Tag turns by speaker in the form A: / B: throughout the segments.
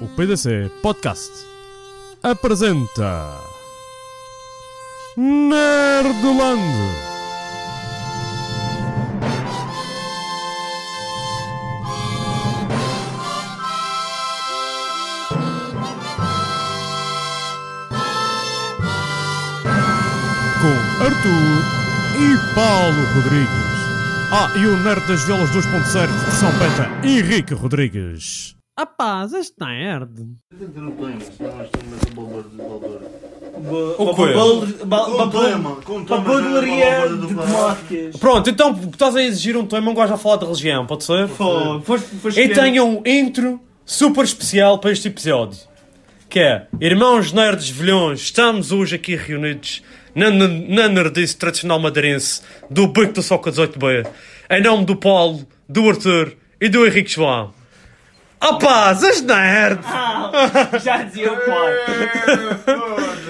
A: O PDC Podcast apresenta Nerdland. Com Arthur e Paulo Rodrigues. Ah, e o Nerd das Violas 2.0 versão beta, Henrique Rodrigues.
B: Rapaz, este nerd.
C: Não tem, nós temos a balbora do balbora.
D: O quê?
C: Balbora do balbora.
D: Pronto, então estás a exigir um tema, um gajo a falar de religião, pode ser?
B: Foste
D: E tenho um intro super especial para este episódio. Que é, irmãos nerds velhões, estamos hoje aqui reunidos na, na, na nerdice tradicional madeirense do Bico do Soca 18B, em nome do Paulo, do Arthur e do Henrique João. Ah, Rapaz, as nerd!
B: Já dizia o pai.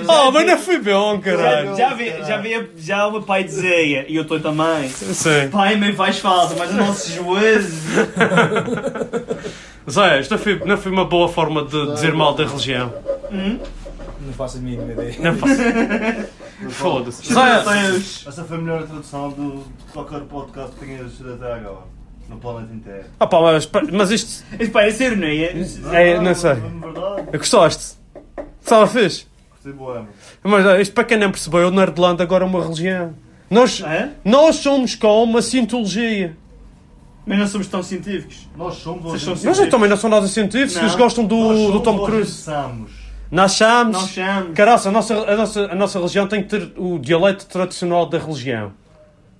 D: Oh, mas não fui bom, caralho.
B: Já vi, já vi, já o meu pai dizia, e eu estou também.
D: Sim.
B: Pai, me faz falta, mas os nossos joelhos.
D: Zé, isto não foi, não foi uma boa forma de dizer mal da religião.
B: Hum?
E: Não faço a mínima ideia.
D: Não faço. Foda-se. Zé,
B: Deus.
C: Essa foi a melhor tradução do de qualquer podcast que tenhas até agora. No planeta inteiro.
D: Ah pá, mas, mas isto.
B: Isto parece ironia.
D: É, não sei.
C: Verdade, é,
D: Gostaste? Sabe, fez?
C: gostei boa.
D: Mas ah, isto para quem não percebeu, o Nerdland agora é uma religião. Nós,
B: É?
D: nós somos como uma cientologia.
B: Mas não somos tão científicos.
C: Nós somos
B: Vocês são
D: Mas eu também não são nada científicos,
B: Não.
D: eles gostam do, do Tom Cruise.
C: Somos.
D: Nós chamamos.
B: Não chamo.
D: Caraca, a nossa, a, nossa, a nossa religião tem que ter o dialeto tradicional da religião.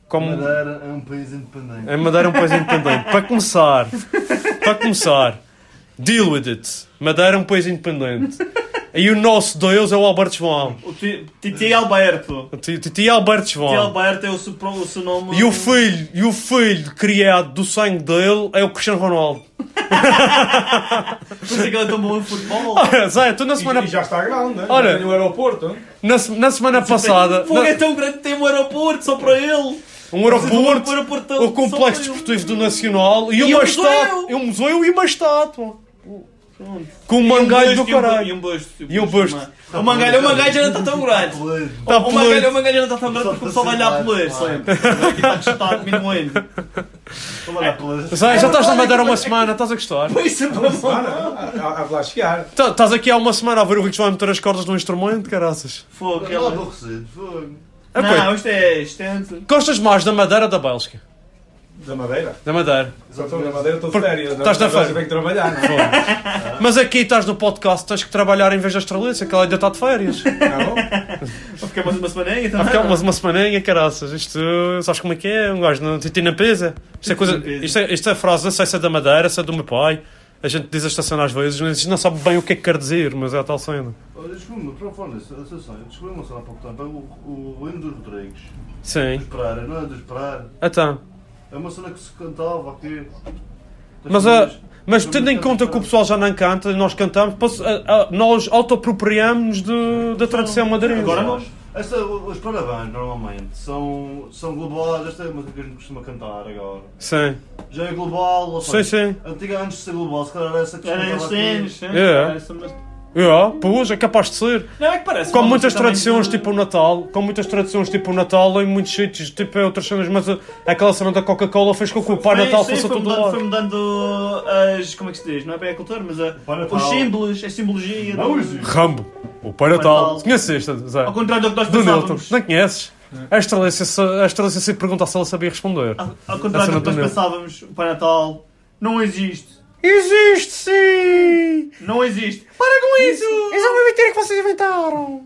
D: Como.
C: Madeira é um país
D: A
C: independente.
D: Madeira é um país independente. Para começar, para começar, deal with it. Madeira é um país independente. E o nosso Deus é o Alberto João.
B: O ti- Titi Alberto.
D: O ti- Titi Alberto
B: Titi
D: João.
B: Alberto é o seu, pro- o seu nome.
D: E o filho, e o filho criado do sangue dele é o Cristiano Ronaldo.
B: Por isso é que ele é tão bom em futebol.
D: Ora, Zé, tu na semana,
E: E já está grande, hein?
D: Olha.
E: Já tem o aeroporto. hein?
D: na, se- na semana passada,
B: Fogo é
D: na,
B: tão grande que tem um aeroporto só para ele.
D: um
B: Um
D: aeroporto,
B: aeroporto
D: o complexo
B: só para ele.
D: desportivo do Nacional e
B: E um
D: uma
B: museu.
D: estátua, e um museu e uma estátua. Com um
B: E um
D: mangalho do
B: busto, e um bu- E
D: caralho.
B: um busto.
D: E um busto.
B: O mangalho, o mangalho já não está tão grande.
C: Poluído.
D: Tá
B: o mangalho, o
D: poluído.
B: mangalho não está tão grande
C: Só
B: porque o pessoal vai
C: para
B: olhar
C: ser
B: pelo ele
C: claro.
B: sempre. Aqui está tipo, a chutar a diminuindo.
C: Vamos lá, poluído.
D: Zé, já estás na Madeira há uma semana, estás a gostar?
B: Isso é bom.
E: Ah, não. Há- há- Há de lá chegar.
D: Tá- Estás aqui há uma semana a ver o Victor vai meter as cordas num instrumento, caraças.
B: Fogo,
C: Não
B: ela-
C: aborrecido, fogo.
D: Ah,
B: é Não,
D: pois.
B: isto é isto é antes.
D: Gostas mais da Madeira ou da Bélgica?
E: Da Madeira.
D: Da Madeira.
E: Só estou na Madeira, estou de
D: Porque
E: férias.
D: estás na
E: Agora
D: férias.
E: Tenho que trabalhar, não é?
D: Mas aqui estás no podcast, tens que trabalhar em vez da Australícia, que ela ainda está de férias.
E: é?
B: Vou ficar mais uma semaninha então.
D: Ficar umas uma semaninha, caraças. Isto, sabes como é que é? Um gajo não titi na pesa. Isto é coisa. Isto é, isto é frase, não sei se é da Madeira, se é do meu pai. A gente diz a estação às vezes, mas não sabe bem o que é que quer dizer, mas é a tal cena.
C: Olha, Descobri-me, para falar nisso, atenção, eu descobri uma cena há pouco tempo, é o, o hino dos Rodrigues.
D: Sim.
C: Esperar, não é de esperar.
D: Então.
C: É uma cena que se cantava aqui. Das
D: Mas, ah,
C: famílias.
D: mas tendo em conta que o pessoal já não canta, nós cantamos, posso- ah, ah, nós autoapropriamos de- da tradição madeirense.
C: Agora nós. Esta, os parabéns, normalmente, são, são globais. Esta é a música que a gente costuma cantar agora.
D: Sim.
C: Já é global, ou
D: Sim,
C: seja,
D: sim.
C: antiga antes de ser global, se calhar era essa que
B: Era
C: cantava
B: assim,
C: aqui.
B: sim.
D: É.
B: Essa música.
D: Yeah, pois, é capaz de ser.
B: Não é que parece.
D: Com
B: uma
D: muitas
B: música também
D: tradições,
B: de-
D: tipo o Natal, com muitas tradições, tipo o Natal, em muitos sítios, tipo é outras cenas, mas a- aquela cena da Coca-Cola fez com que o Pai
B: Foi-
D: Natal
B: sim,
D: fosse a
B: foi
D: todo
B: mudando- Foi
D: lado.
B: mudando as. Como é que se diz? Não é bem a cultura, mas a-
C: Pai Natal.
B: os símbolos, a simbologia. do-
C: Não, isso.
D: Rambo, o Pai
B: Natal.
D: Natal. Conheces esta, Zé?
B: Ao contrário do que nós
D: Do Nilton.
B: pensávamos.
D: Não conheces? A Estrela se pergunta se ela sabia responder.
B: Ao- Ao
D: Essa
B: contrário
D: não
B: do que nós
D: tem
B: pensávamos, o Pai Natal
C: Não existe.
D: Existe sim!
C: Não existe. Para com isso!
D: Isso é uma mentira que vocês inventaram!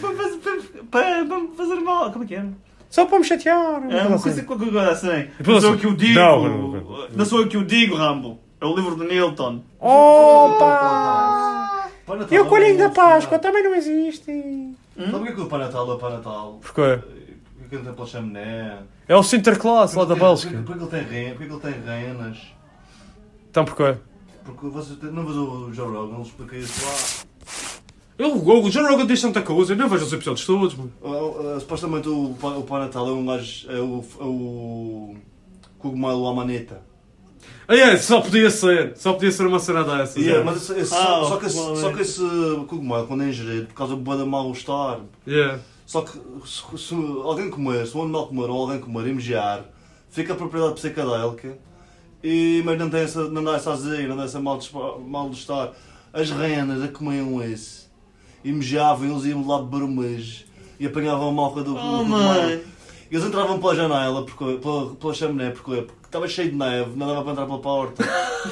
C: Para, fazer- para, para, para me fazer mal. Como é que era?
D: Só para me chatear.
C: É uma coisa que eu assim.
D: Depois
C: Não
D: assim.
C: sou eu que o digo.
D: Não, não, não.
C: Não sou eu que o digo, Rambo. É o livro de Newton.
D: Opa!
C: Para Natal,
D: E o coelhinho da
C: não,
D: Páscoa tá-
C: não.
D: também não existe.
C: Sabe porquê que o Para Natal é Para Natal?
D: Porquê?
C: Porque canta pela chaminé.
D: É o Sinterklaas lá da Bélgica.
C: Porque ele tem ren- porque ele tem renas.
D: Então porquê?
C: Porque você tem- não vês o Joe Rogan, ele explica isso lá.
D: Eu, o John Rogan diz tanta coisa, eu não vejo os episódios todos. mano.
C: O- o- Ah, Supostamente o Pa- o Pai Natal é um gajo. é o. é o cogumelo à maneta.
D: Ah, é, só podia ser, só podia ser uma cena dessa.
C: Yeah, é, mas esse- esse-
B: Ah,
C: só, só que esse,
B: o-
C: só que esse cogumelo, quando é ingerido, por causa do bué de mal-estar.
D: Yeah.
C: Só que se, se alguém comer, se um animal comer ou alguém comer e mejar, fica a propriedade psicodélica, e, mas não, tem essa, não dá essa azia, não dá essa mal dispa- mal-estar. As renas a comiam isso. E mejavam, eles iam lá beber o mejo e apanhavam a malca do,
B: Oh,
C: do
B: mãe.
C: E Eles entravam pela janela, porque, pela, pela chaminé, porque, porque estava cheio de neve, não dava para entrar pela porta.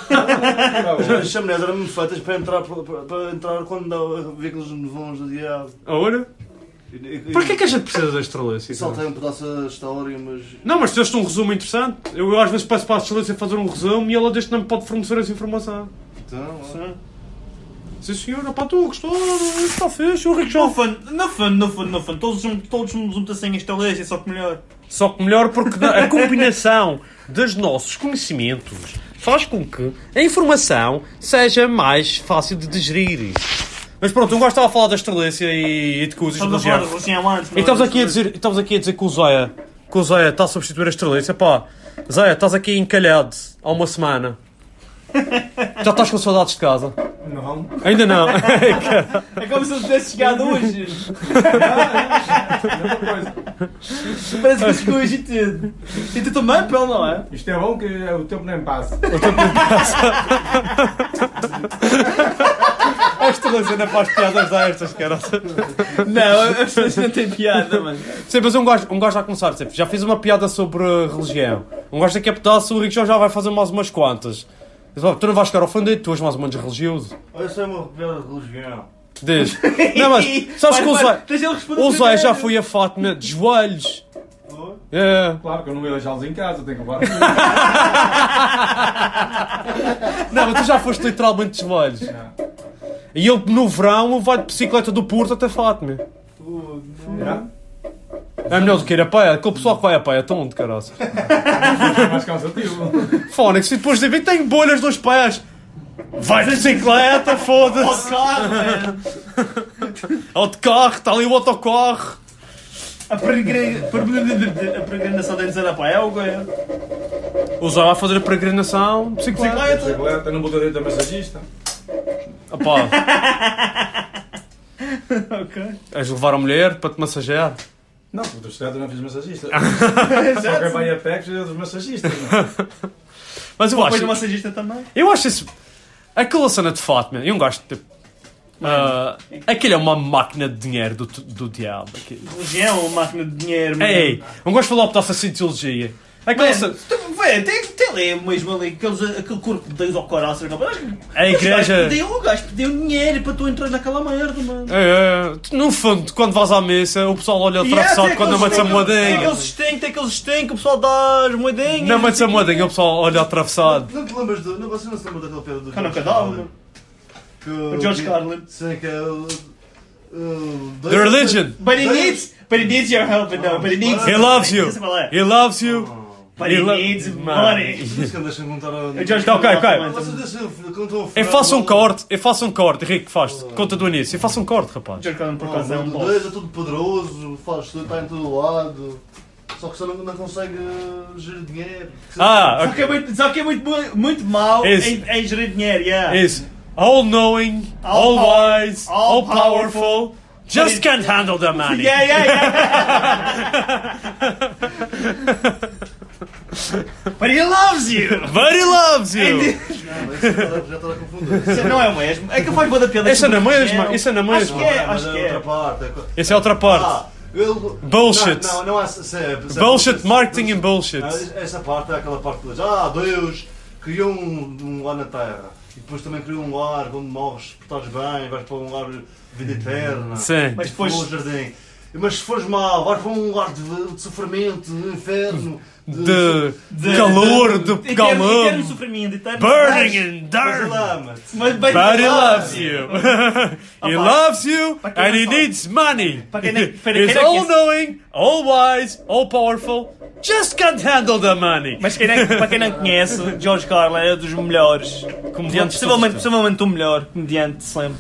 E: Tá
C: As chaminés eram feitas para entrar, para, para entrar quando dava- havia aqueles nevões do diabo.
D: Agora?
C: E- e-
D: Para Ah, que é que a gente precisa da estrelância?
C: Saltei um pedaço da história, mas.
D: Não, mas fizeste um resumo interessante. Eu, às vezes peço para a excelência fazer um resumo e ela diz que não me pode fornecer essa informação.
C: Então,
D: Sim senhora, pá, tu gostou, está fixe, o Rico já
B: No fundo, no fundo, no fundo, no fundo. Todos, juntos- todos nos juntos sem estalência, só que melhor.
D: Só que melhor porque a combinação dos nossos conhecimentos faz com que a informação seja mais fácil de digerir. Mas pronto, eu gostava de falar da estrelância e, e de coisas
B: Estamos
D: do
B: a falar
D: género.
B: de Luciano Amantes.
D: E estamos aqui a dizer, estamos aqui a dizer que o Zóia, que o Zóia está a substituir a estrelância. Pá, Zóia, estás aqui encalhado há uma semana. Já estás com saudades de casa?
E: Não.
D: Ainda não.
B: É como se eu tivesse chegado hoje.
E: Outra coisa.
B: Parece que eu chegou hoje e tudo. E tu também, pelo não é?
E: Isto é bom que o tempo nem passa.
D: a estrelância ainda faz piadas destas, cara.
B: Não, as pessoas não têm piada, mano.
D: Sim, mas um gajo, um gajo a começar, sempre. já fiz uma piada sobre uh, religião. Um gajo daqui a pedaço, o Rico já vai fazer mais umas quantas. Diz, "Oh, tu não vais ficar ofendido, tu és mais ou menos religioso.
C: olha só uma piada de religião.
D: Diz. Não, mas sabes
B: Vai,
D: que o
B: vai,
D: Zé,
B: Deixa ele responder.
D: o Zé
B: primeiro.
D: já foi a Fátima de joelhos.
C: Foi?
D: É.
E: Claro que eu não ia deixá-los em casa, tenho que levar.
D: Não, mas tu já foste literalmente de joelhos.
E: Não.
D: E ele no verão vai de bicicleta do Porto até Fátima.
E: Já?
D: É melhor do que ir a pé, aquele pessoal que vai a pé é tão de caraças.
E: É mais cansativo.
D: Fónix, e depois de vir tenho bolhas nos pés. Vai de bicicleta, foda-se. Autocarro, está ali o autocarro.
B: A peregrina- peregrina- a peregrinação deles era para ela, ganha.
D: O Zé vai fazer a peregrinação de bicicleta.
B: Bicicleta.
E: Bicicleta, é, não botei dentro da massagista.
D: Opa,
B: Ok.
D: és levar a mulher para te massagear.
E: Não, porque do bicicleta não fiz massagista. Só quem vai a pé precisa dos massagistas. não é?
D: Mas eu
B: Depois
D: acho,
B: do massagista também.
D: eu acho isso. Aquela cena de Fátima, eu não gosto tipo. ah, aquele é uma máquina de dinheiro do, do diabo. aquilo.
B: O Jean é uma máquina de dinheiro, mano.
D: Ei, não gosto de falar para a Scientologia. Aquela
B: Mano,
D: cena.
B: tu- vê, tem, tem ali mesmo ali aqueles, aquele corpo que Deus ao coração. Não, mas acho que-
D: A
B: mas o
D: igreja-
B: gajo Pediu, o gajo pediu dinheiro para tu entrar naquela merda, mano.
D: É, é, tu, no fundo, quando vais à missa, o pessoal olha
B: E é,
D: atravessado
B: tem
D: quando não metes
B: aqueles-
D: a
B: Tem
D: moedinha.
B: aqueles stinks, tem aqueles stinks que o pessoal dá as moedinhas.
D: Não metes a moedinha, o pessoal olha atravessado.
C: Não te lembras do. Não, você não se lembra daquela piada do. George
B: Hanukkah Down,
C: Carlin?
B: um, mano.
C: Que o
B: é O George Carlin.
C: Sim, que é o. o-
D: The religion,
B: But he needs, but he needs your help, no, but he needs...
D: he loves you.
B: Essa qual é?
D: He loves you.
B: But he
D: Ele-
B: needs
D: Mano.
B: money.
C: Por isso que andas a contar a-
B: O George
D: Tá, ok,
B: Carlin
D: ok.
B: também,
C: Vocês
B: também.
C: deixam- contam o
D: Eu
C: Fernando-
D: faço um corte, eu faço um corte, Rico, faz conta do início. Eu faço um corte,
B: O
D: rapaz.
B: George Carlin, por
C: Ah,
B: acaso, é um
C: o
B: boss.
C: Deus é tudo poderoso, faz tudo, está em todo lado. Só que você não, não consegue eh, gerir dinheiro.
D: Ah,
B: Só que é
D: ok.
B: muito, só que é muito, bu- muito mau
D: Esse.
B: em, em gerir dinheiro, yeah.
D: Isso. All knowing, all
B: power-
D: wise, all
B: all
D: powerful. Just
B: But
D: can't handle the money.
B: Yeah, yeah, yeah. But he loves you!
D: But he loves you.
C: Não, isso já está- já está a confundir.
B: Isso não é o mesmo. É que faz boa da piada.
D: Essa não é
B: sobre o
D: mesmo,
B: Jean.
D: isso não é
B: Acho
D: mesmo.
B: que é,
C: Ah, Mas
B: acho que é.
C: outra parte. é co-
D: Essa é outra parte.
C: Ah, eu-
D: Bullshit.
C: Não, não, não é, se- se- se-
D: Bullshit,
C: se-
D: marketing and bullshit.
C: Ah, Essa parte é aquela parte que diz, ah, Deus criou um, um ar na terra. E depois também criou um ar onde morres, portares bem, vais para um ar de vida eterna.
D: Sim.
C: Mas depois... o jardim. Mas se fores mal, vais para um ar de, de sofrimento, de inferno,
D: De, calor, de, de
B: Eterno, eterno
D: calor.
B: sofrimento, eterno
D: Burning and
C: Mas
D: dark.
C: lama-te.
B: Mas, mas,
D: But he loves you. he
B: Opa.
D: loves you
B: Para quem
D: and he
B: não sabe.
D: needs money.
B: Para quem não- para
D: He's
B: quem não
D: all
B: quis-
D: knowing, all wise, all powerful. Just can't handle the money.
B: Mas quem não- para quem não conhece, George Carlin é dos melhores comediantes,
D: de todos
B: possivelmente,
D: os
B: possivelmente o melhor comediante de sempre.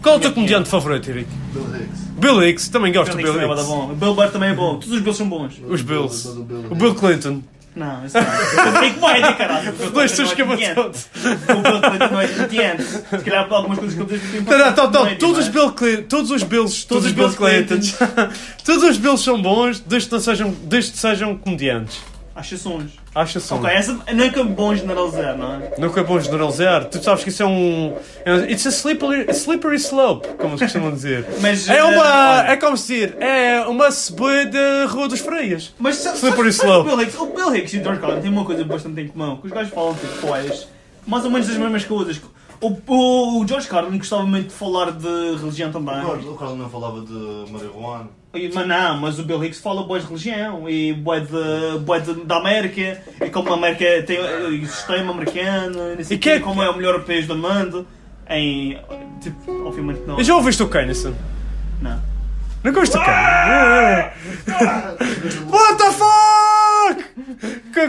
D: Qual é o teu comediante favorito, Eric?
C: Bill Hicks.
D: Bill Hicks, também gosto de
B: Bill Hicks
D: Bill
B: também é bué da
D: Hicks.
B: bom. O Bill Burr também é bom. Todos os Bills são bons.
D: Os Bills.
C: Bill- é Bill-
D: O Bill Clinton.
B: Não, isso não. Eu tenho que morrer, né, caralho.
D: Os dois são escabatotes.
B: O Bill Clinton não é comediante. Se calhar há algumas coisas que eu tenho que
D: Não, não, não,
B: não
D: não,
B: é
D: Tá, então, todos os
B: demais.
D: Bill Clinton, todos os Bills, todos os
B: os
D: Bill
B: Bill
D: Clintons, todos os Bills são bons, desde que não sejam, desde que sejam comediantes. um.
B: Há exceções.
D: Acha só.
B: Ok, essa não é que é bom generalizar, não é?
D: Nunca é bom generalizar. Tu sabes que isso é um. é um- It's a slippery, a slippery slope, como se costumam dizer.
B: Mas,
D: é
B: eh,
D: uma.
B: olha.
D: É como se dizer. É uma subida da Rua dos Freias.
B: Mas sa-
D: Slippery
B: sabes- sabes
D: slope.
B: que O Bill, Hicks, o Bill Hicks e o George Carlin têm uma coisa bastante em comum, que os gajos falam tipo poés, mais ou menos as mesmas coisas. O, o, o George Carlin gostava muito de falar de religião também.
C: O Carlos não falava de marihuana.
B: E- Mas não, mas o Bill Hicks fala boas de religião e boé de, bué de- da América e como a América tem eh, o sistema americano e não
D: E
B: sei
D: que
B: o quê,
D: é que-
B: como é o melhor país do mundo em... tipo, obviamente não.
D: E já ouviste o Keyneson?
B: Não.
D: Nunca ouviste o Keyneson? What the fuck?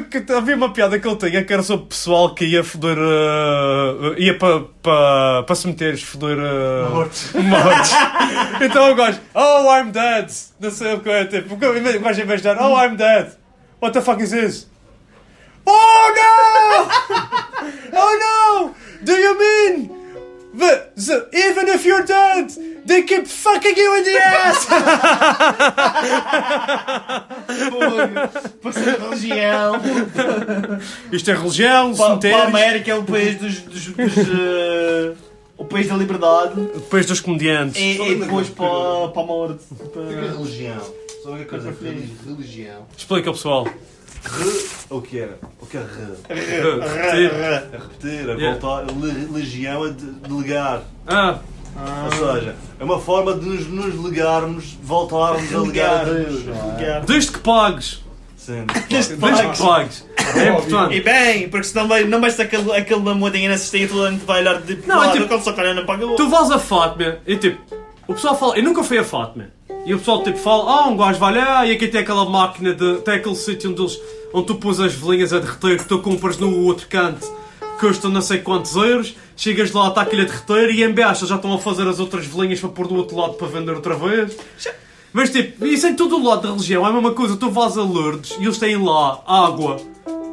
D: Que- que- havia uma piada que ele tinha que era sobre o pessoal que ia foder. eh, ia para pa, pa cemitérios foder. eh,
C: Mortos.
D: mortos. Então o gajo, oh I'm dead, não sei o que é, tipo, o gajo em vez de dar, oh I'm dead, what the fuck is this? Oh no! Oh no! Do you mean? The, the, even if you're dead, they keep fucking you in the ass!
B: Para religião,
D: Isto é religião,
B: para, para a
D: cemitérios,
B: América é o país dos... dos, dos, eh, o país da liberdade
D: depois dos comediantes.
B: e, e depois para, para a morte. para-
C: Religião. Só a única coisa que eu digo, religião.
D: Explica ao pessoal.
C: Re, o que era? O que é re? É repetir, é
D: Yeah.
C: voltar. Le- Legião é de- delegar.
D: Ah,
C: Ou seja, é uma forma de nos, nos ligarmos, voltarmos a ligar a Deus. não é?
B: Ligar.
D: desde que pagues,
C: Sim.
D: desde que pagues, é importante.
B: E bem, porque senão vai, não basta aquele, aquele moedinho na cestinha toda a gente vai olhar de
D: Não,
B: não,
D: é
B: é
D: tipo-
B: como se o cara não paga
D: Tu vais a Fátima e tipo, o pessoal fala, eu nunca fui a Fátima. E o pessoal tipo fala, ah, um gajo vai lá e aqui tem aquela máquina, de, tem aquele sítio onde, eles, onde tu pôs as velinhas a derreter que tu compras no outro canto, custa não sei quantos euros, chegas lá, está aquilo a derreter e em baixo já estão a fazer as outras velinhas para pôr do outro lado para vender outra vez. Mas tipo, isso em todo o lado da religião é a mesma coisa, tu vais a Lourdes e eles têm lá água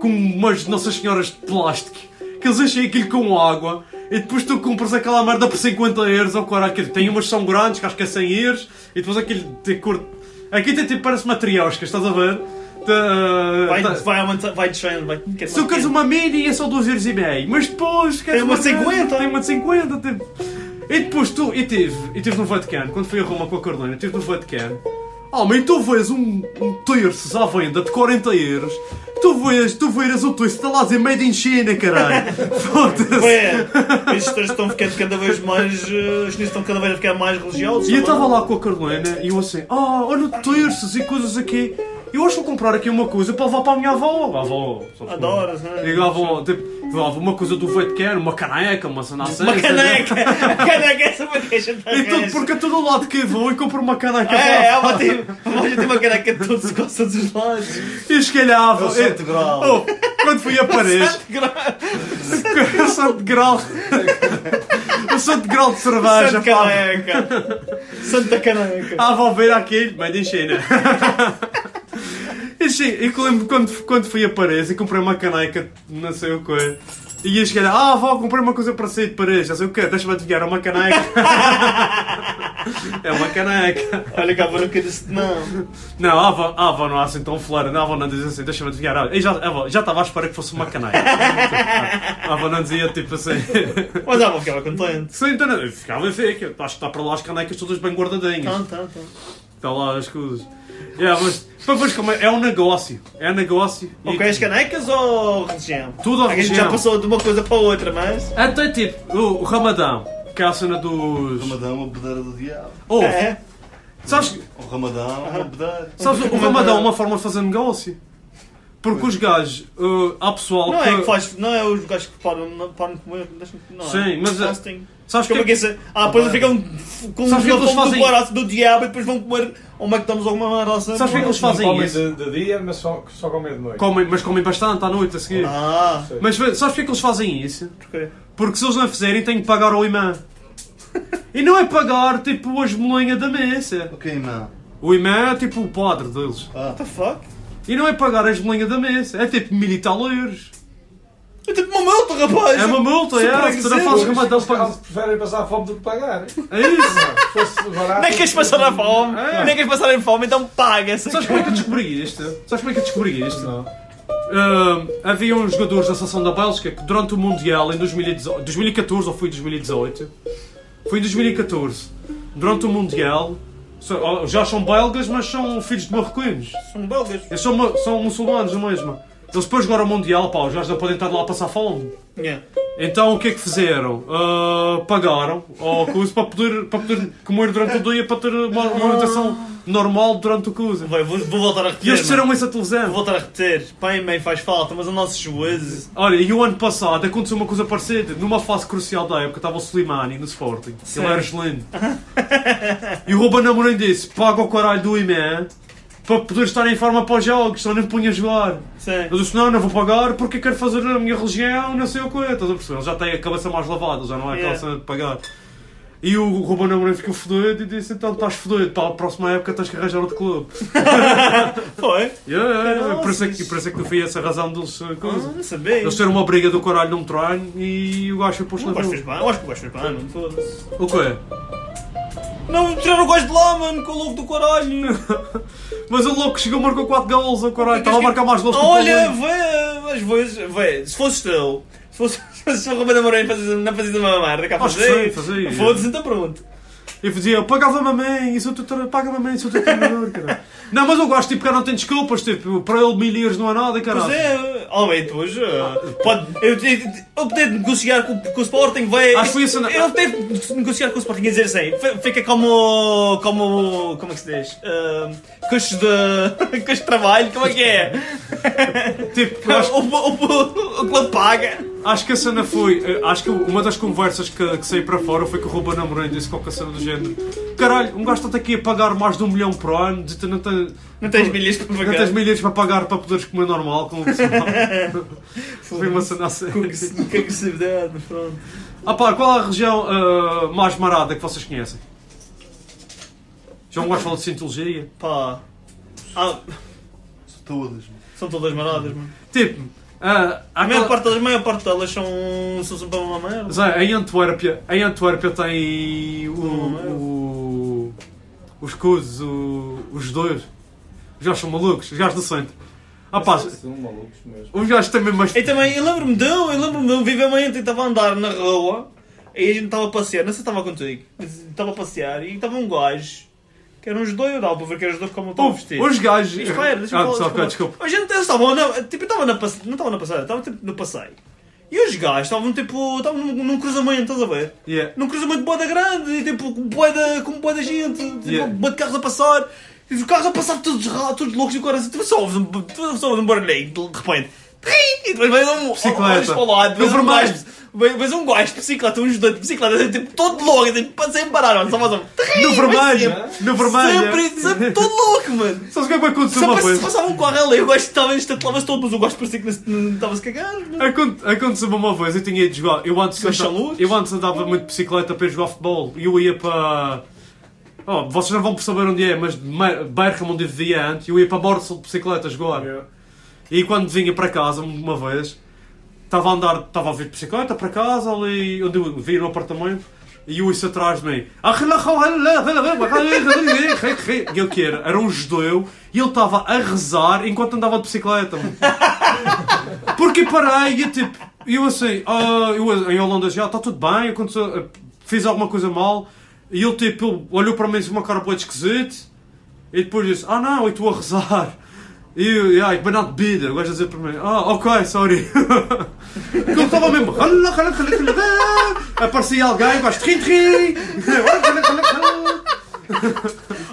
D: com umas Nossas Senhoras de plástico, que eles enchem aquilo com água e depois tu compras aquela merda por 50 euros ou cara aquilo. Tem umas que são grandes, que acho que é 100 euros, e depois aquilo de cor. Aqui tem tipo, parece uma triosca, estás a ver? Tá-
B: Vai,
D: tá-
B: vai aumentar, vai descendo, vai.
D: Se tu queres uma mini é só 2 euros e meio, mas depois queres
B: Tem uma de 50.
D: Tem uma de 50, tipo. E depois tu, e tive, e tive no Vaticano, quando fui a Roma com a Carolina, tive no Vaticano. Ah, mas tu vês um, um terço à venda de 40 euros, tu vês, tu vês o terço, está lá a dizer made in China, caralho. Foda-se.
B: É, estes três estão ficando cada vez mais. eh, Os chineses estão cada vez a ficar mais religiosos.
D: E eu estava lá com a Carolina e eu assim, ah, olha terços e coisas aqui. Eu acho que vou comprar aqui uma coisa para levar para a minha avó. A avó, sabes como é?
B: Adoras, né?
D: E levavam, tipo, levavam uma coisa do Vaticano, uma caneca, uma cena assim.
B: Uma
D: sabe?
B: caneca! caneca, é essa uma deixa de
D: E tudo, porque a todo lado que eu vou e compro uma caneca
B: É, é,
D: lá.
B: uma tem, hoje tem uma caneca de todos os costas dos lados.
D: E escalhava.
C: É o Santo Graal.
D: Oh, quando fui a Paris, o Santo Graal. o Santo Graal de cerveja.
B: Santa
D: pá.
B: caneca! Santa caneca!
D: Ah, vou ver aquilo, made in China. né? E sim, eu que lembro quando, quando fui a Paris e comprei uma caneca, não sei o quê. E ia chegar, ah, vó, comprei uma coisa para sair de Paris. Já sei o quê, deixa-me adivinhar, é uma caneca. é uma caneca.
B: Olha cá, para o que eu disse, não.
D: Não, a avó, a avó não é assim tão fleira. Não, a avó não diz assim, deixa-me adivinhar. Ah, eu já, a avó, já estava à espera que fosse uma caneca. a avó não dizia tipo assim.
B: Mas ah, vou ficar contente.
D: Sim, então, eu ficava a ver, que eu acho que está para lá as canecas todas bem guardadinhas.
B: Tá, tá, tá.
D: Está lá as coisas. Yeah, mas, para veres como é, é um negócio. É um negócio. E
B: Ok, é- as canecas ou religião?
D: Tudo ou
B: A gente
D: religião.
B: já passou de uma coisa para outra, mas.
D: Até tipo, o, o Ramadão, que é a cena dos.
C: Ramadão, uma bedeira do diabo.
D: Oh,
B: É.
D: sabes,
C: O Ramadão, uma bedeira.
D: sabes o Ramadão é uma forma de fazer negócio? Porque os gajos, uh, há pessoal
B: Não
D: que.
B: é que faz. Não é os gajos que param, não- param de comer. deixam- Não
D: Sim,
B: é.
D: mas,
B: Não
D: eh,
B: se tem.
D: Sabes
B: Como é que
D: que.
B: isso- Ah, depois ficam f- com
D: Sabes o que é que eles
B: uma fome do
D: fazem?
B: barato do diabo e depois vão comer um McDonald's ou assim. uma maroça.
D: Sabes o que é que eles fazem
E: Comem
D: isso?
E: de, de dia, mas só, só comem de noite.
D: Comem, mas comem bastante à noite a seguir.
B: Ah,
D: Mas vê, sabes porque é que eles fazem isso?
B: porquê?
D: Porque se eles não fizerem, têm que pagar ao imã. E não é pagar tipo as molinhas da mesa.
C: Ok, mano.
D: O imã é tipo o padre deles.
B: What the fuck?
D: E não é pagar as molinhas da mesa, é tipo mil e tal euros.
B: É tipo uma multa, rapaz!
D: É uma multa, é. Se tu não fazes ramadão, pagas.
E: Preferem passar fome do que pagar. Se
D: É isso.
E: fosse barato.
B: Nem queres passar a fome, nem queres passar em fome, então paga essa
D: É. Sabes como é que eu descobri isto? Sabes como é que eu descobri isto? Ahm, havia uns jogadores da seleção da Bélgica que durante o Mundial em 2018 2014 ou foi 2018 foi em 2014 durante o Mundial só- ó, já são belgas mas são filhos de marroquinos
B: São belgas.
D: eles são, mu- são muçulmanos não é mesmo eles depois jogaram o Mundial pá os gajos não podem estar lá a passar fome
B: Yeah.
D: então o que é que fizeram? Ah, pagaram ao curso para poder, para poder comer durante o dia para ter uma uma alimentação normal durante o curso
B: Vai, vou, vou voltar a
D: e
B: repetir.
D: eles
B: mano.
D: disseram isso à televisão.
B: Vou voltar a repetir. Pai e mãe faz falta, mas o nosso juízo.
D: Olha, e o ano passado aconteceu uma coisa parecida. Numa fase crucial da época, estava o Slimani no Sporting. Ele era excelente. e o Ruben Amorim disse: paga o caralho do Iman para poder estar em forma para os jogos, senão nem me punha a jogar.
B: Sim.
D: Eu disse: não, não vou pagar porque quero fazer a minha religião, não sei o quê. Estás a perceber? Ele já tem a cabeça mais lavada, já não é aquela
B: Yeah.
D: cena de pagar. E o Ruben Amorim ficou fodido e disse: então estás fodido, para a próxima época tens que arranjar outro clube.
B: Foi?
D: Yeah, yeah, yeah.
B: Caralho,
D: Por isso é que,
B: isso.
D: por isso é que não foi essa a razão deles. uh,
B: Ah,
D: coisa.
B: Não sabia.
D: Eles tiveram uma briga do caralho num treino e o gajo foi posto
B: O
D: na
B: gajo fez
D: rua.
B: bem, eu acho que o gajo fez bem, mano, foda-se.
D: O quê?
B: Não, tiraram o gajo de lá, mano, com o louco do caralho.
D: Mas o louco chegou e marcou 4 gols, o caralho. Estava a marcar mais gols que o
B: Olha,
D: Paulinho.
B: vê, às vezes, vê, se fosse eu, se fosse, se fosse o Ruben Amorim fazer- não fazia uma merda, cá
D: Acho que
B: fazia.
D: sim, fazia.
B: Foda-se, então pronto.
D: E dizia, eu pagava-me a mãe, isso eu tutor, paga-me a mãe, sou teu treinador, caralho. Não, mas o gajo tipo, cara, não tem desculpas, tipo, para ele mil euros não é nada, caralho.
B: Pois é, homem, depois, eh, pode, eu, eu, eu teve de negociar com, com o Sporting, vai.
D: Acho que foi isso, não-
B: Ele teve de negociar com o Sporting e dizer assim, fe- fica como, como, como é que se diz? Eh, custo de, custo de trabalho, como é que é?
D: Tipo, eu acho,
B: O, o, o, o clube paga.
D: acho que a cena foi, eh, acho que uma das conversas que, que saiu para fora foi que o Ruben Amorim disse qualquer cena do género. Caralho, um gajo está aqui a pagar mais de um milhão por ano, de- não tem...
B: Não tens milhas para pagar.
D: Não tens milhas para pagar para poderes comer normal com o pessoal. Foi uma cena assim.
B: Que agressividade, mas pronto.
D: Ah pá, qual é a região ah, mais marada que vocês conhecem? Já um gajo falou de Scientologia?
B: Pá. Ah,
C: Todas, mano.
B: são todas maradas, mano.
D: Tipo, ah, há
B: A maior
D: aquela-
B: parte delas, a maior parte delas são. são sempre uma merda.
D: Zé, em Antuérpia, em Antuérpia tem o, o- os coisas, o- os dois. Os gajos são malucos, os gajos do centro. Ah pá,
E: São malucos mesmo.
D: os gajos também, mas
B: E também, eu lembro-me de um, eu lembro-me de um, vivamente, eu estava a andar na rua e a gente estava a passear, não sei se estava contigo, mas estava a passear e estava um gajo que era um judeu, dava para ver que era judeu como eu estava vestido.
D: os gajos.
B: Espera, deixa
D: ah,
B: eu
D: só,
B: falar.
D: ok,
B: desculpa.
D: desculpa.
B: A gente eles estavam na. Tipo, eu estava na passeio. Não estava na passeio, estava tipo no passeio. E os gajos estavam tipo. Estavam num, num cruzamento, estás a ver?
D: Yeah.
B: Num cruzamento de boeda grande, e, tipo, com boeda, com boeda gente, tipo,
D: Yeah.
B: boa de carros a passar. E os carros a passar todos, ra- todos loucos e o cara assim, tipo, só ouves um, tu só ouves um barulhinho, de de repente. E depois vês um.
D: Bicicleta.
B: Olhas para o lado, vês um
D: Vermelho.
B: gajo. vê- Vês um gajo de bicicleta, um ajudante de bicicleta, assim, tipo, todo louco, assim, para sem parar, mano, só mais um.
D: No vermelho, no vermelho.
B: Sempre, sempre todo louco, mano.
D: Sabes o que é que aconteceu uma
B: Sempre
D: vez?
B: se passava um carro ali, eu gosto que estava estatelava-se todo, mas eu gosto parecia que não se- não estava-se a cagar. mas-
D: Aconte- Aconteceu uma vez, eu tinha ido jogar. Eu antes,
B: Mas
D: anda-
B: são loucos.
D: eu antes andava muito de bicicleta para ir jogar futebol e eu ia para. Oh, vocês não vão perceber onde é, mas Ma- Berkham, onde eu vivia antes, eu ia para Borsal de bicicleta jogar. E quando vinha para casa, uma vez, estava a andar, estava a vir de bicicleta para casa, ali onde eu vim no apartamento, e o isso atrás de mim. E eu que era? Era um judeu e ele estava a rezar enquanto andava de bicicleta. mano. Porque parei e tipo, eu assim, ah, eu, em Holanda já está tudo bem, aconteceu, eh, fiz alguma coisa mal, e ele tipo, ele olhou para mim com uma cara boa esquisita. E depois disse, ah não, e tu a rezar. E eu, yeah, but not bid. O gajo a dizer primeiro, ah ok, sorry. Que eu estava mesmo, "Rala, rala, rala, rala, rala." aparecia alguém, o gajo, trim, trim. Rala, rala, rala, rala.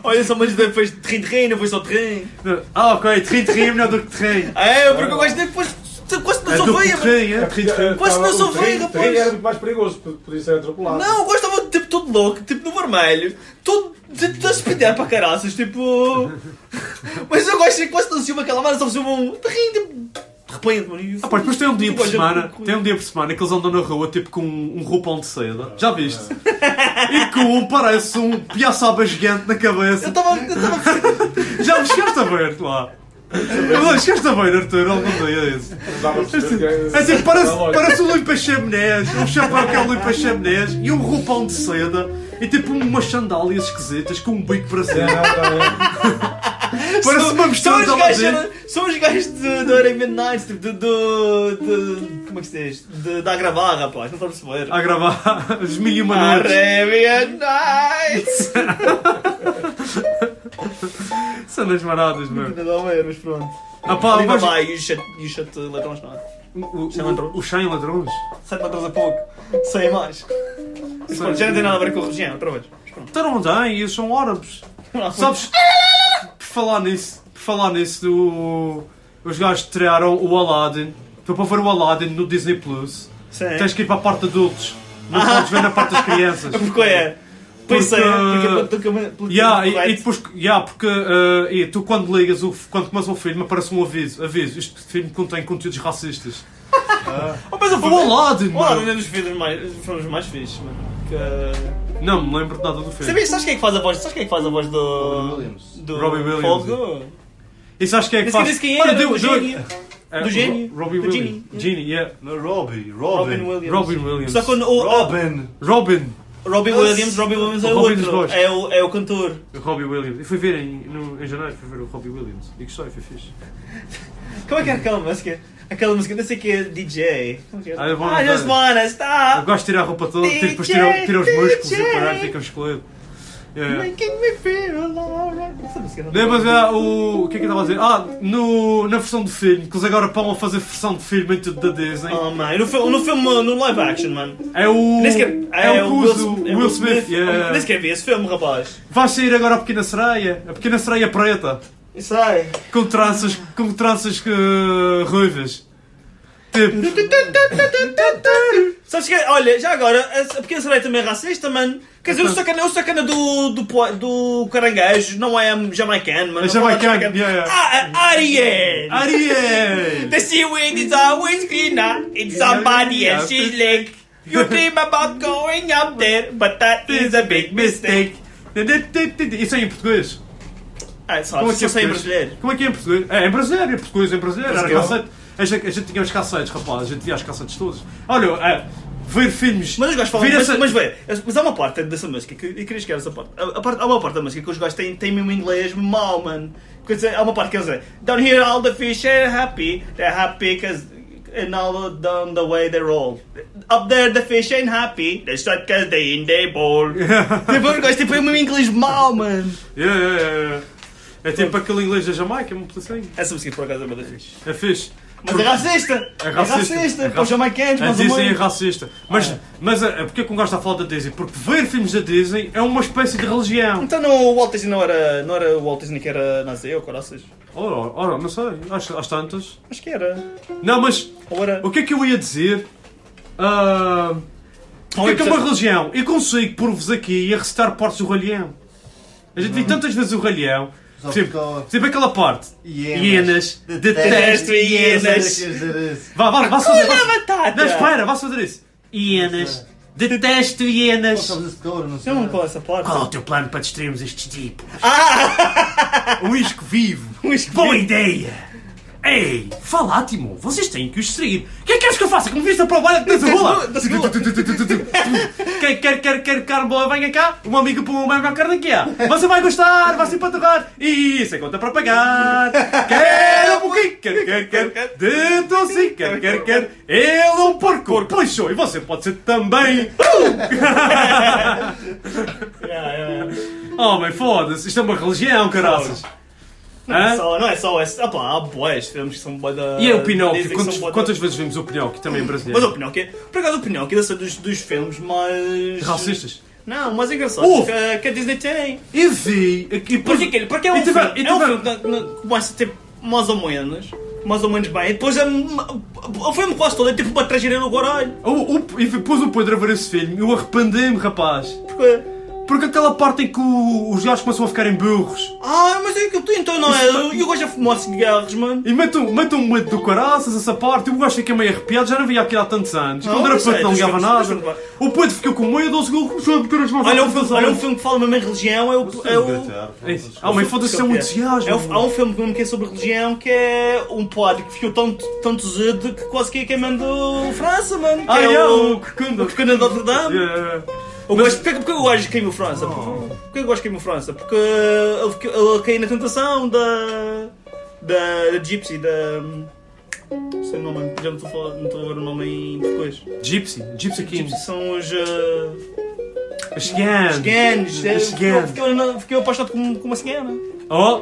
B: Olha só, mas depois trem de rei, não foi só trem.
D: Ah ok, trim, trim é melhor do que trim.
B: É, porque eu gosto depois. Quase não
D: É
B: sou
D: do que
B: veia, mano.
D: trim, é trim, trim.
B: Quase não sou veia,
E: O trem
B: rapaz.
E: era muito mais perigoso, porque podia ser atropelado.
B: Não, eu gostava de tipo todo louco, tipo no vermelho, todo tipo a espedear para caraças, tipo. Mas eu gosto de quase não se uma aquela mano, só se uma um. De rim, tipo. De repente, mano. e-
D: Ah, pá, depois tem um dia por
B: Olha,
D: semana,
B: com-
D: tem um dia por semana que eles andam na rua tipo com um, um roupão de seda.
E: Ah, é.
D: Já viste? E que um parece um piaçaba gigante na
B: Eu
D: cabeça.
B: estava. Eu estava.
D: Já me chegaste a ver lá. Não, chegaste a ver, Arthur, algum dia desse.
E: Dava a perceber que-
D: É assim, parece,
E: Não, olha.
D: parece o Luís Pachaminés, um chapéu que é o Luís Pachaminés e um roupão de seda e tipo umas sandálias esquisitas com um bico para
E: É,
D: cima.
E: não,
D: Parece uma
B: São
D: mistura de
B: os
D: Aladdin.
B: gajos. São os gajos de- do Arabian Nights, tipo, do. do- do- Como é que se diz? De- Da agravar, rapaz, não estás a perceber.
D: A gravar as mil e uma
B: Ah,
D: noites.
B: Arabian Nights!
D: Cenas maradas, meu.
B: Não dá bem, mas pronto.
D: Ah, pá,
B: Viva
D: mas-
B: vai, e os sete- e os sete ladrões, não é?
D: O, o,
B: Sem ladrões.
D: o, o Shane Ladrões.
B: Sete ladrões a pouco. Sem mais. Mas pronto, já não tem nada a ver com a religião, outra vez. Mas pronto.
D: Estarão bem, eles são árabes. Sabes? Por falar nisso, por falar nisso, o, os gajos estrearam o Aladdin. Foi para ver o Aladdin no Disney Plus.
B: Sim.
D: Tens que ir para a parte de adultos. Não podes ver na parte das crianças.
B: Porque é. Pensei, porque é porque porque- porque-
D: Yeah, e, e
B: correto.
D: depois, yeah, porque eh, e tu quando ligas, o, quando começa o filme, aparece um aviso: aviso, este filme contém conteúdos racistas.
B: Oh, mas eu
D: O
B: fui lá!
D: Aladdin,
B: Olá,
D: mano.
B: um dos filmes mais, filmes mais fixes, mano. Que...
D: Não me lembro de nada do filme.
B: Sabias, sabes quem é que faz a voz? Sabes quem é que faz a voz do.
C: Williams.
B: Do
D: Robbie Williams.
B: Fogo?
D: Isso acho que é que
B: Disse que
D: faz.
B: disse quem
D: Olha,
B: era,
D: deu-
B: do
D: deu-
B: gênio.
D: eh,
B: Do gênio?
D: Ro- Robbie
B: Do
D: Williams.
B: genie.
D: Genie, yeah.
C: Não, Robbie,
B: Robin
C: Robin.
B: Williams.
D: Robin Williams.
B: Só que o, o,
C: Robin.
D: Robin.
B: Robbie Williams, Robbie Williams é o
D: Robin dos
B: outro.
D: Bois.
B: É o, é o cantor.
D: Robbie Williams. Eu fui ver em, no, em janeiro, fui ver o Robbie Williams. E gostei, foi fixe.
B: Como é que é aquela música? Aquela música, não sei o que é DJ. Como é que é?
D: Ah, eu vou-
B: I just wanna
D: Eu
B: stop
D: gosto de tirar a roupa toda,
B: DJ,
D: depois tira, tira os músculos
B: DJ.
D: e parar, fica musculado. Yeah.
B: making me feel alright. Essa música não-
D: Não, mas ah, o, o que é que eu estava a dizer? Ah, no, na versão de filme, que eles agora pão a fazer versão de filme em tudo da Disney.
B: Oh, mano, no filme, no, filme, no live action, mano.
D: É o.
B: Nem sequer.
D: é, o que usa o Will, Smith. yeah.
B: Nem sequer vi esse filme, rapaz.
D: Vai sair agora a Pequena Sereia. A Pequena Sereia Preta.
B: Isso aí.
D: Com tranças, com tranças que ruivas. Tipo.
B: Sabes que, olha, já agora, a a pequena sereia também é racista, mano. Quer dizer, o sacana, o sacana do, do, po- do caranguejo não é jamaicano, mano.
D: É jamaicano, yeah, yeah.
B: Ah, Ariel!
D: Ariel!
B: The seaweed is always greener in somebody
D: Yeah.
B: else's leg. You dream about going up there, but that is a big mistake.
D: Isso é em português.
B: Ah, só, Como só sei em brasileiro.
D: Como é que é em português? É em brasileiro, em português, em brasileiro. Era
B: Portugal.
D: cassete. A gente, a gente tinha os cassetes, rapaz. A gente tinha os cassetes todos. Olha, é, ver filmes.
B: Mas os gajos falam,
D: ver
B: mas,
D: essa-
B: mas vê, mas há uma parte dessa música que eu queria chegar a essa parte. A, a parte. Há uma parte da música que os gajos têm, têm mesmo inglês mau, mano. Quer dizer, há uma parte que eles dizem Down here all the fish are happy, they're happy because. And all down the way they roll. Up there the fish ain't happy, they start cause they in their bowl. tipo, os gajos tipo, é mesmo inglês mau, mano.
D: Yeah, yeah, yeah, yeah. É tipo aquele inglês da Jamaica, um pedacinho.
B: Essa música por acaso é uma das fixe.
D: É fixe.
B: Mas é racista!
D: É racista.
B: É para os jamaicanos,
D: A
B: mas o
D: Disney é
B: mundo.
D: racista. Mas, mas é, porque é que um gajo está a falar da Disney? Porque ver filmes da Disney é uma espécie de religião.
B: Então não, o Walt Disney não era, não era o Walt Disney que era nazi ou coraças?
D: Ora, ora, Oh, não sei, às, às tantas.
B: Acho que era.
D: Não, mas
B: Ou era.
D: o que é que eu ia dizer? Ah,
B: Ou
D: o que é que é uma
B: percebes-
D: religião? Eu consigo pôr-vos aqui e a recitar partes do Rei Leão. A gente viu tantas vezes o Rei Leão.
C: Só
D: Tipo,
C: ficou-
D: tipo aquela parte. Hienas.
C: Hienas.
D: Detesto
B: hienas.
C: hienas.
D: Vá, vá, vá fazer
B: Olha a
D: isso.
B: batata!
D: Não, espera, vá fazer isso. Hienas. Detesto hienas.
C: Sabes esse cor, não sei.
B: Eu não com essa parte.
D: Qual é o teu plano para destruirmos estes tipos?
B: Ah!
D: Um isco vivo!
B: Um isco
D: Boa
B: vivo.
D: ideia! Ei, fala Timo, vocês têm que os destruir. O que é que queres que eu faça? Como viste a provar da cebola?
B: Da cebola.
D: Quem quer, quer, quer carne boa, venha cá. Um Uma amiga põe uma mesma carne aqui. ó. Você vai gostar, vai se empaturrar. E sem conta para pagar. Quero um pouquinho, quer, quer, quer. Dentro assim, quer, quer, quer. Ele é um porco. Uh! Pois sou, e você pode ser também.
B: Yeah, yeah, yeah.
D: Oh, mãe, foda-se. Isto é uma religião, caraças.
B: Não é
D: Hã?
B: só, não é só esse. Ah, pá, há boés filmes que são boé da.
D: E é o Pinóquio.
B: Ah, dizem que
D: Quantos-
B: são bué da-
D: quantas vezes vimos o Pinóquio? Também
B: Mas
D: brasileiro.
B: o Pinóquio, é, por acaso o Pinóquio deve ser dos, dos filmes mais.
D: Racistas.
B: Não, mais engraçados
D: Uf!
B: que, que a Disney tem.
C: E vi aqui
B: Porque aquele, porque é um
D: E tiver-
B: filme,
D: e
B: é um
D: tiver-
B: filme que na- na- começa tipo mais ou menos, mais ou menos bem, e depois é. O filme quase todo é tipo uma tragédia no Guaralho.
D: O, o, e pôs o Pedro a ver esse filme. Eu arrependi-me, rapaz.
B: Porquê?
D: Porque aquela parte em que o- os gajos começam a ficarem burros
B: Ah, mas é que tu então não é. E o gajo é fumar cigarros, mano.
D: e metam, metam um medo do caraças essa parte. Eu acho que é meio arrepiado, já não via aquilo há tantos anos.
B: Não, é,
D: Quando era
B: não sei,
D: puto não
B: dos
D: ligava
B: filmes- dos
D: nada.
B: filmes-
D: O puto ficou com medo, ele seguiu, começou a meter as mãos
B: Olha
D: à
B: um, filme,
D: cabeça.
B: olha um filme que fala mesmo em religião, é o. É o
D: É isso. Ah, mãe, foda-se, isso é um entusiasmo.
B: É um- há um filme mesmo que é sobre religião que é um padre que ficou tanto, tanto zedo que quase que é ia queimando França, mano. Que
D: Ah,
B: é
D: é,
B: o.
D: o Cocunda.
B: O Cocunda de Notre Dame.
D: Yeah. Oh.
B: O gajo, porquê, porquê o gajo queimou França? Porquê porquê o gajo queimou França? Porque ele, fica- ele caiu na tentação da. da, da Gypsy, da. não sei o nome, já não estou a falar, não estou a ver o nome em português.
D: é, Gypsy, Gypsy King.
B: Gypsy são os. ah,
D: As Gans.
B: Ganes,
D: As Gans.
B: é, fiquei, fiquei apaixonado com, com uma cigana.
D: Oh,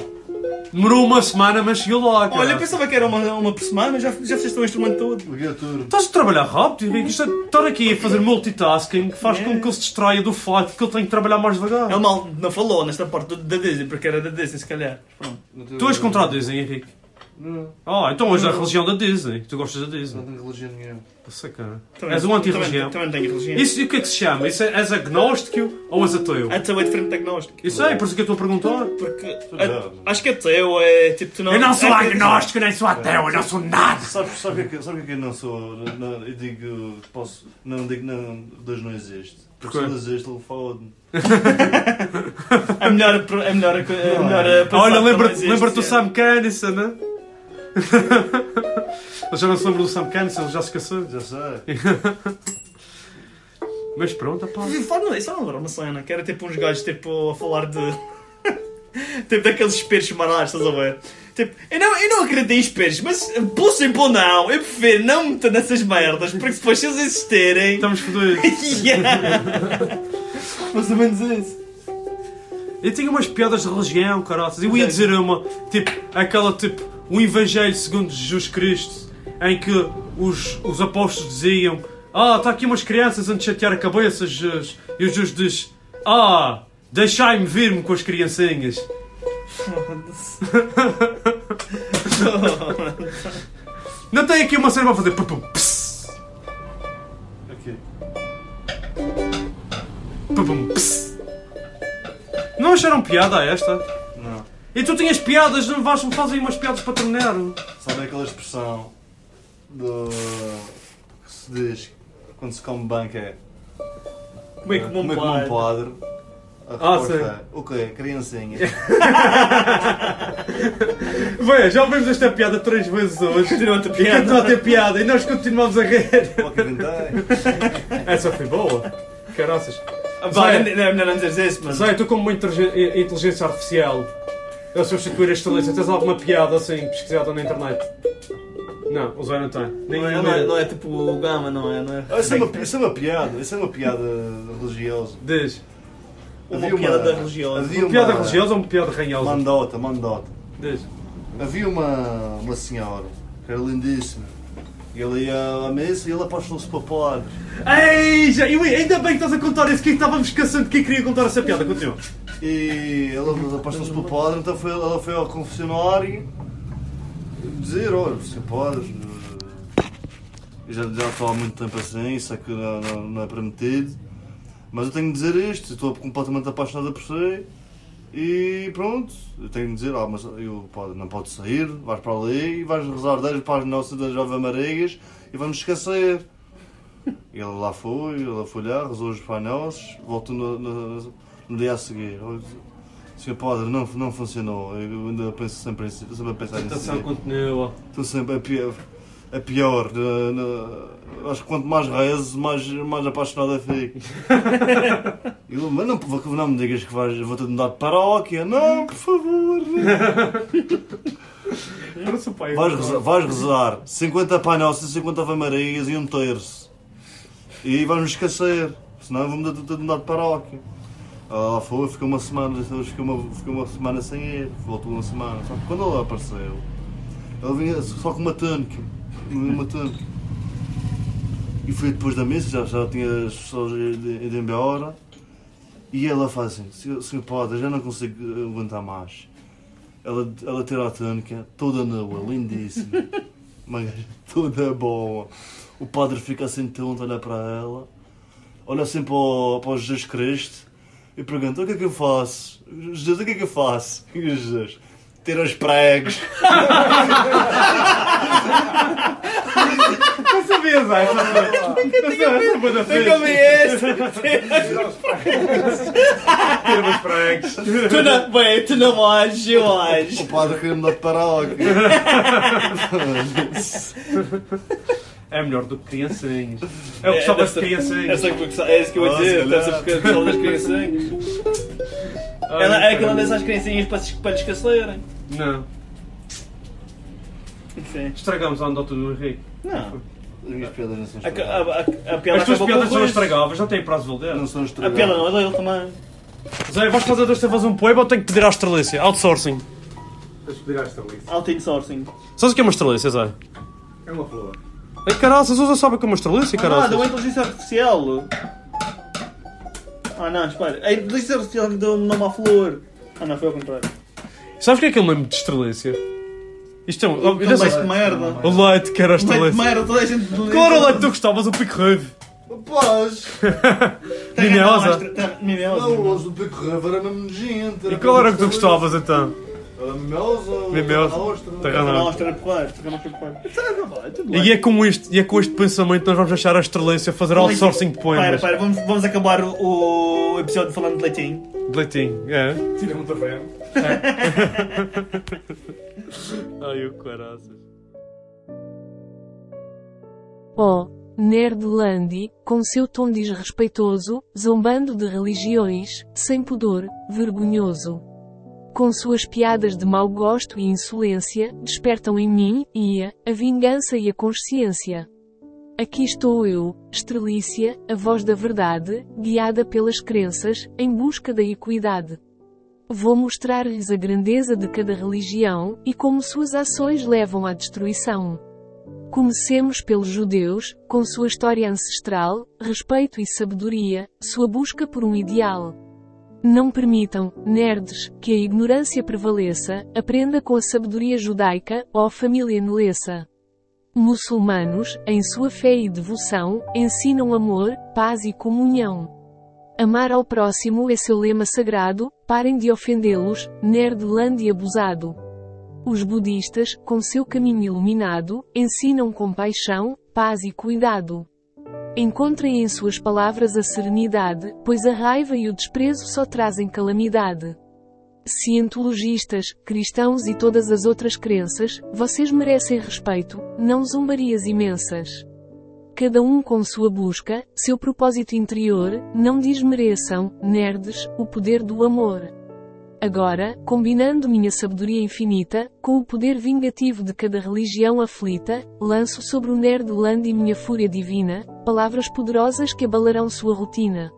D: demorou uma semana, mas chegou lá, cara.
B: Olha, eu pensava que era uma, uma por semana, já, já fizeste um instrumento todo.
D: Estás a trabalhar rápido, Henrique. Isto é- Estar aqui a fazer multitasking faz com que ele se distraia do fato de que ele tem que trabalhar mais devagar.
B: Ele É mal não falou nesta parte do- da Disney, porque era da Disney, se calhar. Pronto.
D: Tu és contra a Disney, Henrique? Não. Ah, então és da religião da Disney. Tu gostas da Disney.
C: Não tenho religião nenhuma.
D: Nossa, cara.
B: Também-
D: és um anti-religião.
B: Também, também não tenho religião.
D: Isso, e o que é que se chama? Isso é, és agnóstico ou és ateu?
B: Antes eu é diferente de agnóstico.
D: Isso é, por isso que eu estou a perguntar.
B: Porque
C: já,
B: a- acho que ateu é tipo tu não.
D: Eu não sou
B: é que-
D: agnóstico, nem sou ateu, eu não sou nada.
C: Sabe, sabe, o que é que- sabe o que é que eu não sou? Não, eu digo, posso, não digo, não, Deus não existe. Porque se
D: Porquê?
C: não existe, ele fode-me.
B: É melhor. É melhor, é melhor é pensar
D: Olha,
B: que
D: lembra-te
B: também
D: lembra do
B: existe, é.
D: Sam Kennison, né? Ele já não se lembra do Sam Kennison, ele já se esqueceu.
C: Já sei.
D: Mas pronto, pá.
B: Fala- Isso não era uma cena, que era tipo uns gajos tipo, a falar de. tipo daqueles espelhos marais, estás a ver? Tipo, eu não, eu não acredito em espelhos, mas por sempre ou não, eu prefiro não me meter nessas merdas, porque depois se eles existirem.
D: Estamos fodidos.
B: Yeah. Mais ou menos isso.
D: Eu tinha umas piadas de religião, caroças. Eu ia dizer uma, tipo, aquela tipo, o Evangelho segundo Jesus Cristo, em que os, os apóstolos diziam: Ah, está aqui umas crianças antes de chatear a cabeça, Jesus. E o Jesus diz: Ah, deixai-me vir-me com as criancinhas. Não tem aqui uma cena para fazer. Pum, pum, pss,
C: Aqui.
D: pum, pum, pss. Não acharam piada a esta?
C: Não.
D: E tu tinhas piadas, não vais fazem umas piadas para treinar.
C: Sabe aquela expressão do. que se diz quando se come bem que é.
B: Como é que
C: Como é
B: um
C: que não
B: pai.
C: pode? A
D: Ah,
C: resposta é. O quê? Criancinha.
D: Bem, já ouvimos esta piada três vezes hoje.
B: Continua outra piada.
D: Continua a ter piada e nós continuamos a rir.
C: Pô, que ventei.
D: Essa foi boa. Caraças.
B: Vai, não é melhor não dizeres isso, mas.
D: Zé, tu como uma interge- i- inteligência artificial a substituir a excelência, tens alguma piada assim pesquisada na internet? Não, o Zé não tem. Nem um
B: Não é, não é- não é tipo o Gama, não é? Não é
C: Ah, Isso é, uma, isso é uma piada, isso é uma piada religiosa.
D: Diz.
B: uma
C: Havia
B: piada religiosa.
C: havia
D: Piada religiosa ou uma piada ranhosa?
C: Mandota, mandota.
D: Diz.
C: Havia uma, uma senhora que era lindíssima. E ele ia à missa e ele apaixonou-se para o padre.
D: Ei, já, eu- ainda bem que estás a contar isso, que estávamos esquecendo que eu queria contar essa piada. Continua.
C: E ele apaixonou-se para o padre, então foi, ela foi ao confessionário dizer: Olha, você padre, eh, eu já, já estou há muito tempo assim, isso é que não, não- não é permitido. Mas eu tenho de dizer isto: estou completamente apaixonada por você. E pronto, eu tenho de dizer: Ah, mas eu, padre, não pode sair, vais para ali e vais rezar 10 Pais Nossas das Ave Marias e vamos esquecer. Ele lá foi, ela foi lá, rezou os Pai Nossos, voltou no, no- no dia a seguir. Olha, Senhor Padre, não, não funcionou. Eu ainda penso sempre, em- sempre a pensar nisso.
D: Atenção, continua.
C: Estou sempre a pior. A pior. na- na- acho que quanto mais rezo, mais, mais apaixonada fico. Eu, mas não, não me digas que vais, vou-te mudar de paróquia. Não, por favor. Vais rezar, vais rezar 50 Pai Nosso, 50 Ave Marias e um terço. E vais-me esquecer. Senão eu vou-me dar- dar- dar de paróquia. Ah, foi, ficou uma semana, ficou uma, ficou uma semana sem ele, voltou uma semana. Só que quando ele apareceu, ele vinha só com uma túnica, uma túnica. E foi depois da mesa, já, já tinha as pessoas ido ido embora. E ela faz assim, "Senhor- senhor padre, já não consigo eh, aguentar mais. Ela, ela tira a túnica, toda nua, lindíssima. Uma gaja toda boa. O padre fica assim tonto, olha para ela, olha assim para o, para o Jesus Cristo e pergunta, o que é que eu faço? Jesus, o que é que eu faço? E o Jesus, tira os pregos.
B: Não sabias essa? Não sabias essa? Nunca vi
E: Termos pranks.
B: Tu não, bem, tu não moges, eu acho.
C: O padre queria mudar de paróquia.
E: É melhor do que criancinhas. É o que sobra de criancinhas.
B: Essa que eu- é isso que eu ia
C: Ah,
B: dizer,
C: se
B: deve
C: calhar.
B: ser porque só das criancinhas. Ela é aquela dessas criancinhas para, se- para lhes caçarem.
D: é-
E: Não.
B: Sim.
E: Estragamos a andota do Henrique.
B: Não.
C: As minhas piadas não são
B: A, a,
C: estragadas.
B: a, a piada
E: As tuas
B: acabou
E: piadas
B: com
E: são
B: isso.
E: estragáveis, não têm prazo de
C: Não
E: validez.
C: são
B: A
C: estragadas.
B: piada não, é dele também.
D: Zé, vais fazer desta vez um poema ou tenho que pedir à Australícia? Outsourcing.
E: Tens que pedir à Estrelita.
B: Alto sourcing.
D: Sabes o que é uma Australícia, Zé?
E: É uma flor.
D: Ei, caraças, usa sabe o que é uma Australícia,
B: Ah, nada, é uma
D: caraças?
B: inteligência artificial. Ah não, espera. A inteligência artificial que deu o nome à flor. Ah não, foi ao contrário.
D: Sabes o que é que eu lembro de Australícia? Isto é um...
E: Então
B: Aquele
D: não sei-
B: leite de merda.
D: O leite que era
B: O leite de
D: Australícia.
B: merda, toda a gente...
D: Qual era o leite que tu gostavas? O Pico Rave.
C: Rapaz,
D: Mimiosa.
C: não,
B: Mimiosa.
C: o do Pico River era mesmo gente.
D: E qual era que tu gostavas, então?
C: Era mimosa.
D: Mimosa. Tem
C: ostra.
D: razão.
B: Não, estou a porrar, estou a porrar.
D: E é com este, e é com este pensamento que nós vamos deixar a Australícia fazer outsourcing de
B: Para,
D: poemas.
B: para, vamos, vamos acabar o, o episódio falando de leitinho.
D: De leitinho, é.
E: Tira-me o taverno.
D: Ai, o caraças.
F: Oh, Nerdlandi, com seu tom desrespeitoso, zombando de religiões, sem pudor, vergonhoso. Com suas piadas de mau gosto e insolência, despertam em mim, ia, a vingança e a consciência. Aqui estou eu, estrelícia, a voz da verdade, guiada pelas crenças, em busca da equidade. Vou mostrar-lhes a grandeza de cada religião, e como suas ações levam à destruição. Comecemos pelos judeus, com sua história ancestral, respeito e sabedoria, sua busca por um ideal. Não permitam, nerds, que a ignorância prevaleça, aprenda com a sabedoria judaica, ó família noleça. Muçulmanos, em sua fé e devoção, ensinam amor, paz e comunhão. Amar ao próximo é seu lema sagrado, parem de ofendê-los, nerdland e abusado. Os budistas, com seu caminho iluminado, ensinam compaixão, paz e cuidado. Encontrem em suas palavras a serenidade, pois a raiva e o desprezo só trazem calamidade. Cientologistas, cristãos e todas as outras crenças, vocês merecem respeito, não zombarias imensas. Cada um com sua busca, seu propósito interior, não desmereçam, nerds, o poder do amor. Agora, combinando minha sabedoria infinita, com o poder vingativo de cada religião aflita, lanço sobre o Nerdland e minha fúria divina, palavras poderosas que abalarão sua rotina.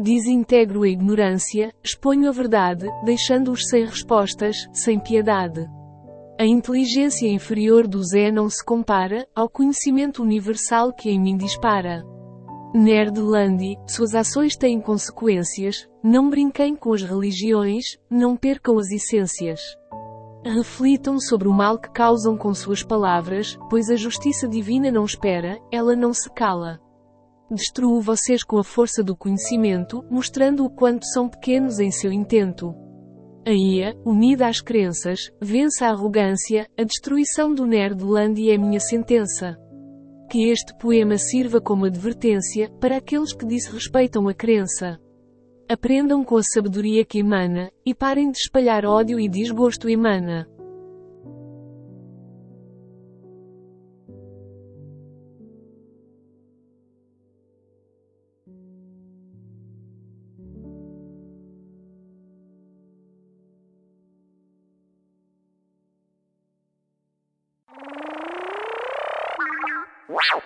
F: Desintegro a ignorância, exponho a verdade, deixando-os sem respostas, sem piedade. A inteligência inferior do Zé não se compara ao conhecimento universal que em mim dispara. Nerdlandi, suas ações têm consequências, não brinquem com as religiões, não percam as essências. Reflitam sobre o mal que causam com suas palavras, pois a justiça divina não espera, ela não se cala. Destruo vocês com a força do conhecimento, mostrando o quanto são pequenos em seu intento. A IA, unida às crenças, vence a arrogância, a destruição do Nerdlandi é minha sentença. Que este poema sirva como advertência para aqueles que desrespeitam a crença. Aprendam com a sabedoria que emana, e parem de espalhar ódio e desgosto emana.
G: Wow.